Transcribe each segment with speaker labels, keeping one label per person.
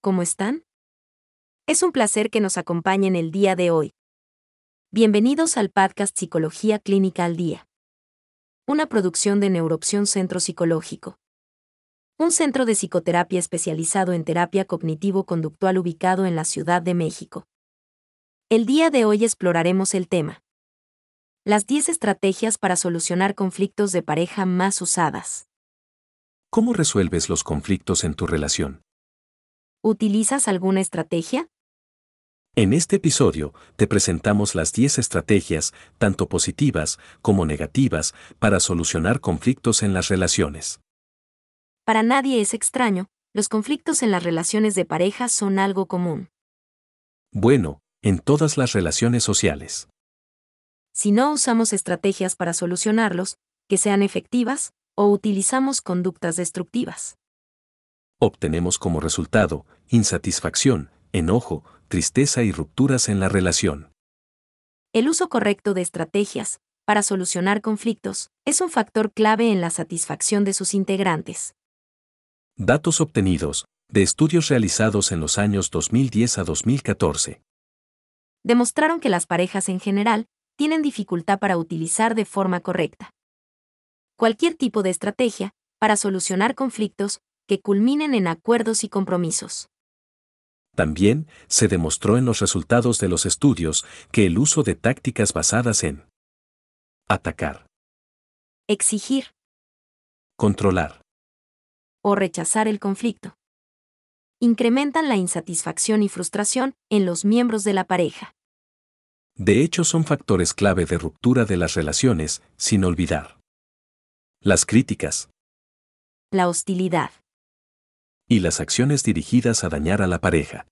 Speaker 1: ¿Cómo están? Es un placer que nos acompañen el día de hoy. Bienvenidos al podcast Psicología Clínica al Día. Una producción de Neuroopción Centro Psicológico. Un centro de psicoterapia especializado en terapia cognitivo-conductual ubicado en la Ciudad de México. El día de hoy exploraremos el tema. Las 10 estrategias para solucionar conflictos de pareja más usadas.
Speaker 2: ¿Cómo resuelves los conflictos en tu relación?
Speaker 1: ¿Utilizas alguna estrategia?
Speaker 2: En este episodio, te presentamos las 10 estrategias, tanto positivas como negativas, para solucionar conflictos en las relaciones.
Speaker 1: Para nadie es extraño, los conflictos en las relaciones de pareja son algo común.
Speaker 2: Bueno, en todas las relaciones sociales.
Speaker 1: Si no usamos estrategias para solucionarlos, que sean efectivas, o utilizamos conductas destructivas.
Speaker 2: Obtenemos como resultado insatisfacción, enojo, tristeza y rupturas en la relación.
Speaker 1: El uso correcto de estrategias para solucionar conflictos es un factor clave en la satisfacción de sus integrantes.
Speaker 2: Datos obtenidos de estudios realizados en los años 2010 a 2014.
Speaker 1: Demostraron que las parejas en general tienen dificultad para utilizar de forma correcta cualquier tipo de estrategia para solucionar conflictos que culminen en acuerdos y compromisos.
Speaker 2: También se demostró en los resultados de los estudios que el uso de tácticas basadas en atacar,
Speaker 1: Exigir
Speaker 2: controlar,
Speaker 1: o rechazar el conflicto. Incrementan la insatisfacción y frustración en los miembros de la pareja.
Speaker 2: de hecho son factores clave de ruptura de las relaciones, sin olvidar las críticas
Speaker 1: La hostilidad.
Speaker 2: y las acciones dirigidas a dañar a la pareja.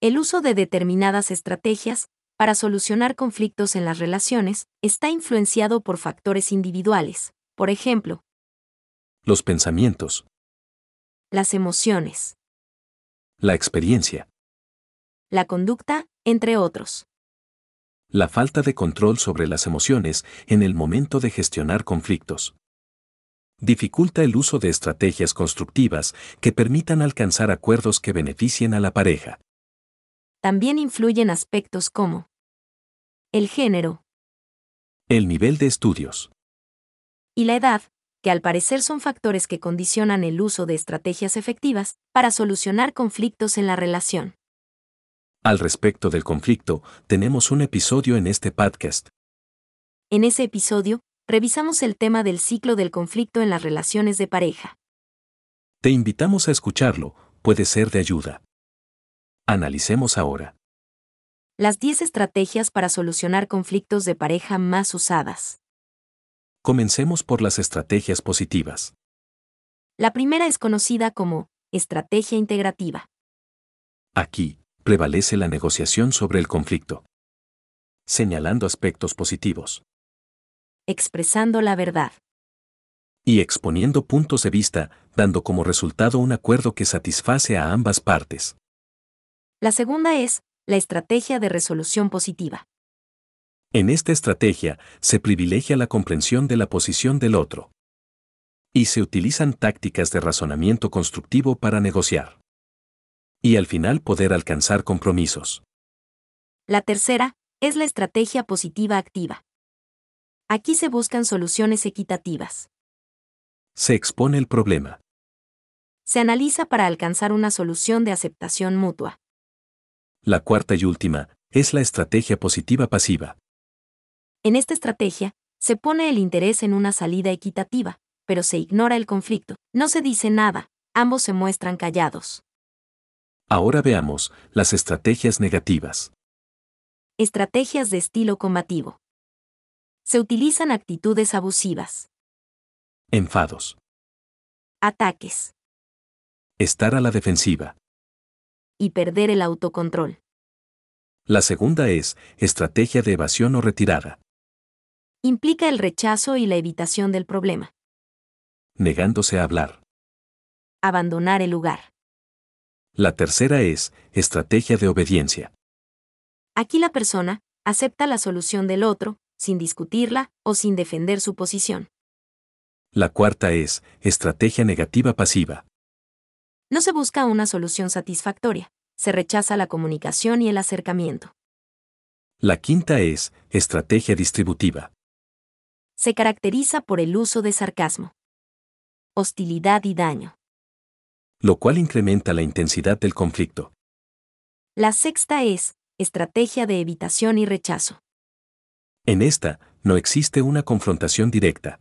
Speaker 1: El uso de determinadas estrategias para solucionar conflictos en las relaciones está influenciado por factores individuales, por ejemplo,
Speaker 2: los pensamientos,
Speaker 1: las emociones,
Speaker 2: la experiencia,
Speaker 1: la conducta, entre otros.
Speaker 2: la falta de control sobre las emociones en el momento de gestionar conflictos. Dificulta el uso de estrategias constructivas que permitan alcanzar acuerdos que beneficien a la pareja,
Speaker 1: También influyen aspectos como el género
Speaker 2: el nivel de estudios,
Speaker 1: y la edad, que al parecer son factores que condicionan el uso de estrategias efectivas para solucionar conflictos en la relación.
Speaker 2: Al respecto del conflicto, tenemos un episodio en este podcast.
Speaker 1: En ese episodio, revisamos el tema del ciclo del conflicto en las relaciones de pareja.
Speaker 2: Te invitamos a escucharlo, puede ser de ayuda. Analicemos ahora.
Speaker 1: Las 10 estrategias para solucionar conflictos de pareja más usadas.
Speaker 2: Comencemos por las estrategias positivas.
Speaker 1: La primera es conocida como estrategia integrativa.
Speaker 2: Aquí, prevalece la negociación sobre el conflicto. Señalando aspectos positivos
Speaker 1: Expresando la verdad.
Speaker 2: y exponiendo puntos de vista, dando como resultado un acuerdo que satisface a ambas partes.
Speaker 1: La segunda es la estrategia de resolución positiva.
Speaker 2: En esta estrategia, se privilegia la comprensión de la posición del otro. Y se utilizan tácticas de razonamiento constructivo para negociar. Y al final poder alcanzar compromisos.
Speaker 1: La tercera es la estrategia positiva activa. Aquí se buscan soluciones equitativas.
Speaker 2: Se expone el problema.
Speaker 1: Se analiza para alcanzar una solución de aceptación mutua.
Speaker 2: La cuarta y última, es la estrategia positiva pasiva.
Speaker 1: En esta estrategia, se pone el interés en una salida equitativa, pero se ignora el conflicto, no se dice nada, ambos se muestran callados.
Speaker 2: Ahora veamos las estrategias negativas.
Speaker 1: Estrategias de estilo combativo. Se utilizan actitudes abusivas,
Speaker 2: Enfados.
Speaker 1: ataques,
Speaker 2: Estar a la defensiva.
Speaker 1: y perder el autocontrol.
Speaker 2: La segunda es estrategia de evasión o retirada,
Speaker 1: Implica el rechazo y la evitación del problema,
Speaker 2: negándose a hablar.
Speaker 1: abandonar el lugar.
Speaker 2: La tercera es estrategia de obediencia.
Speaker 1: Aquí la persona acepta la solución del otro, sin discutirla o sin defender su posición.
Speaker 2: La cuarta es estrategia negativa pasiva.
Speaker 1: No se busca una solución satisfactoria, se rechaza la comunicación y el acercamiento.
Speaker 2: La quinta es estrategia distributiva.
Speaker 1: Se caracteriza por el uso de sarcasmo, hostilidad y daño.
Speaker 2: lo cual incrementa la intensidad del conflicto.
Speaker 1: La sexta es estrategia de evitación y rechazo.
Speaker 2: En esta, no existe una confrontación directa.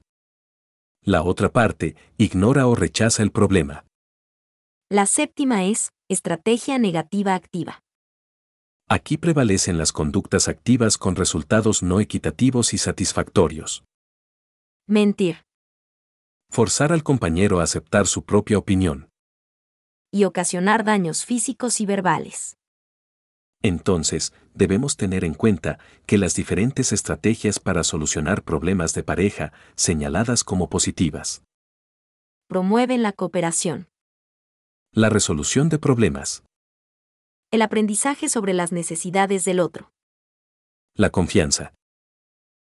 Speaker 2: La otra parte ignora o rechaza el problema.
Speaker 1: La séptima es estrategia negativa activa.
Speaker 2: Aquí prevalecen las conductas activas con resultados no equitativos y satisfactorios.
Speaker 1: Mentir
Speaker 2: Forzar al compañero a aceptar su propia opinión.
Speaker 1: y ocasionar daños físicos y verbales.
Speaker 2: Entonces, debemos tener en cuenta que las diferentes estrategias para solucionar problemas de pareja, señaladas como positivas.
Speaker 1: Promueven la cooperación,
Speaker 2: La resolución de problemas.
Speaker 1: el aprendizaje sobre las necesidades del otro
Speaker 2: La confianza.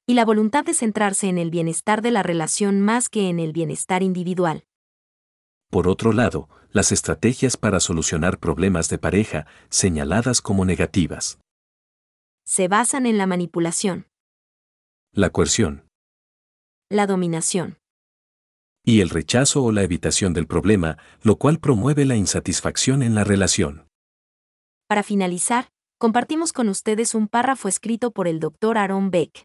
Speaker 1: y la voluntad de centrarse en el bienestar de la relación más que en el bienestar individual.
Speaker 2: Por otro lado, las estrategias para solucionar problemas de pareja, señaladas como negativas.
Speaker 1: Se basan en la manipulación,
Speaker 2: La coerción.
Speaker 1: la dominación,
Speaker 2: Y el rechazo o la evitación del problema, lo cual promueve la insatisfacción en la relación.
Speaker 1: Para finalizar, compartimos con ustedes un párrafo escrito por el Dr. Aaron Beck.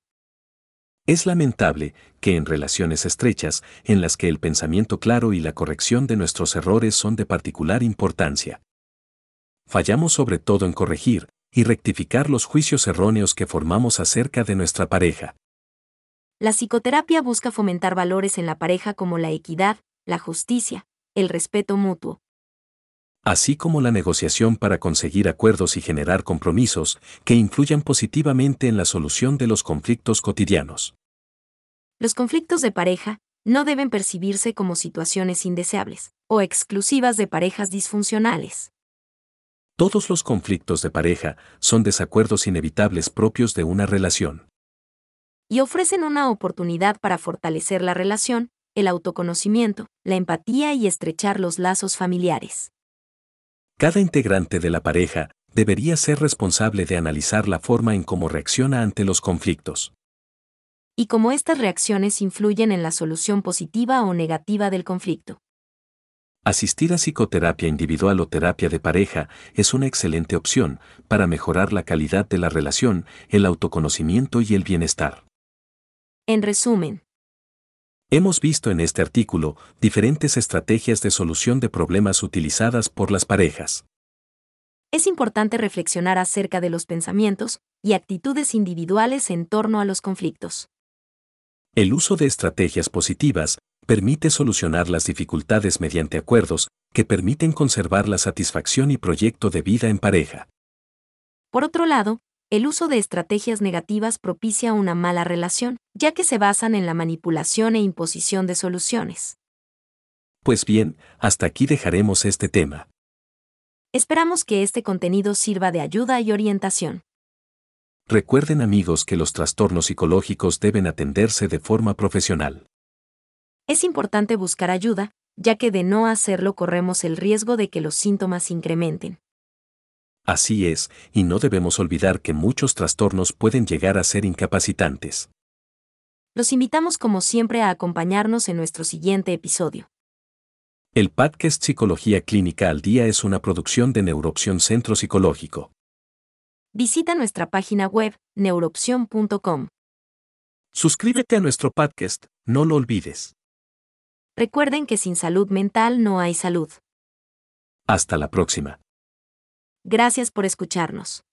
Speaker 2: Es lamentable que en relaciones estrechas, en las que el pensamiento claro y la corrección de nuestros errores son de particular importancia, fallamos sobre todo en corregir y rectificar los juicios erróneos que formamos acerca de nuestra pareja.
Speaker 1: La psicoterapia busca fomentar valores en la pareja como la equidad, la justicia, el respeto mutuo,
Speaker 2: así como la negociación para conseguir acuerdos y generar compromisos que influyan positivamente en la solución de los conflictos cotidianos.
Speaker 1: Los conflictos de pareja no deben percibirse como situaciones indeseables o exclusivas de parejas disfuncionales.
Speaker 2: Todos los conflictos de pareja son desacuerdos inevitables propios de una relación.
Speaker 1: y ofrecen una oportunidad para fortalecer la relación, el autoconocimiento, la empatía y estrechar los lazos familiares.
Speaker 2: Cada integrante de la pareja debería ser responsable de analizar la forma en cómo reacciona ante los conflictos.
Speaker 1: Y cómo estas reacciones influyen en la solución positiva o negativa del conflicto.
Speaker 2: Asistir a psicoterapia individual o terapia de pareja es una excelente opción para mejorar la calidad de la relación, el autoconocimiento y el bienestar.
Speaker 1: En resumen,
Speaker 2: Hemos visto en este artículo diferentes estrategias de solución de problemas utilizadas por las parejas.
Speaker 1: es importante reflexionar acerca de los pensamientos y actitudes individuales en torno a los conflictos.
Speaker 2: El uso de estrategias positivas permite solucionar las dificultades mediante acuerdos que permiten conservar la satisfacción y proyecto de vida en pareja.
Speaker 1: Por otro lado, el uso de estrategias negativas propicia una mala relación, ya que se basan en la manipulación e imposición de soluciones.
Speaker 2: Pues bien, hasta aquí dejaremos este tema.
Speaker 1: Esperamos que este contenido sirva de ayuda y orientación.
Speaker 2: Recuerden amigos que los trastornos psicológicos deben atenderse de forma profesional.
Speaker 1: Es importante buscar ayuda, ya que de no hacerlo corremos el riesgo de que los síntomas incrementen.
Speaker 2: Así es, y no debemos olvidar que muchos trastornos pueden llegar a ser incapacitantes.
Speaker 1: Los invitamos como siempre a acompañarnos en nuestro siguiente episodio.
Speaker 2: El podcast Psicología Clínica al Día es una producción de Neuroopción Centro Psicológico.
Speaker 1: Visita nuestra página web, neuroopción.com.
Speaker 2: Suscríbete a nuestro podcast, no lo olvides.
Speaker 1: Recuerden que sin salud mental no hay salud.
Speaker 2: Hasta la próxima.
Speaker 1: Gracias por escucharnos.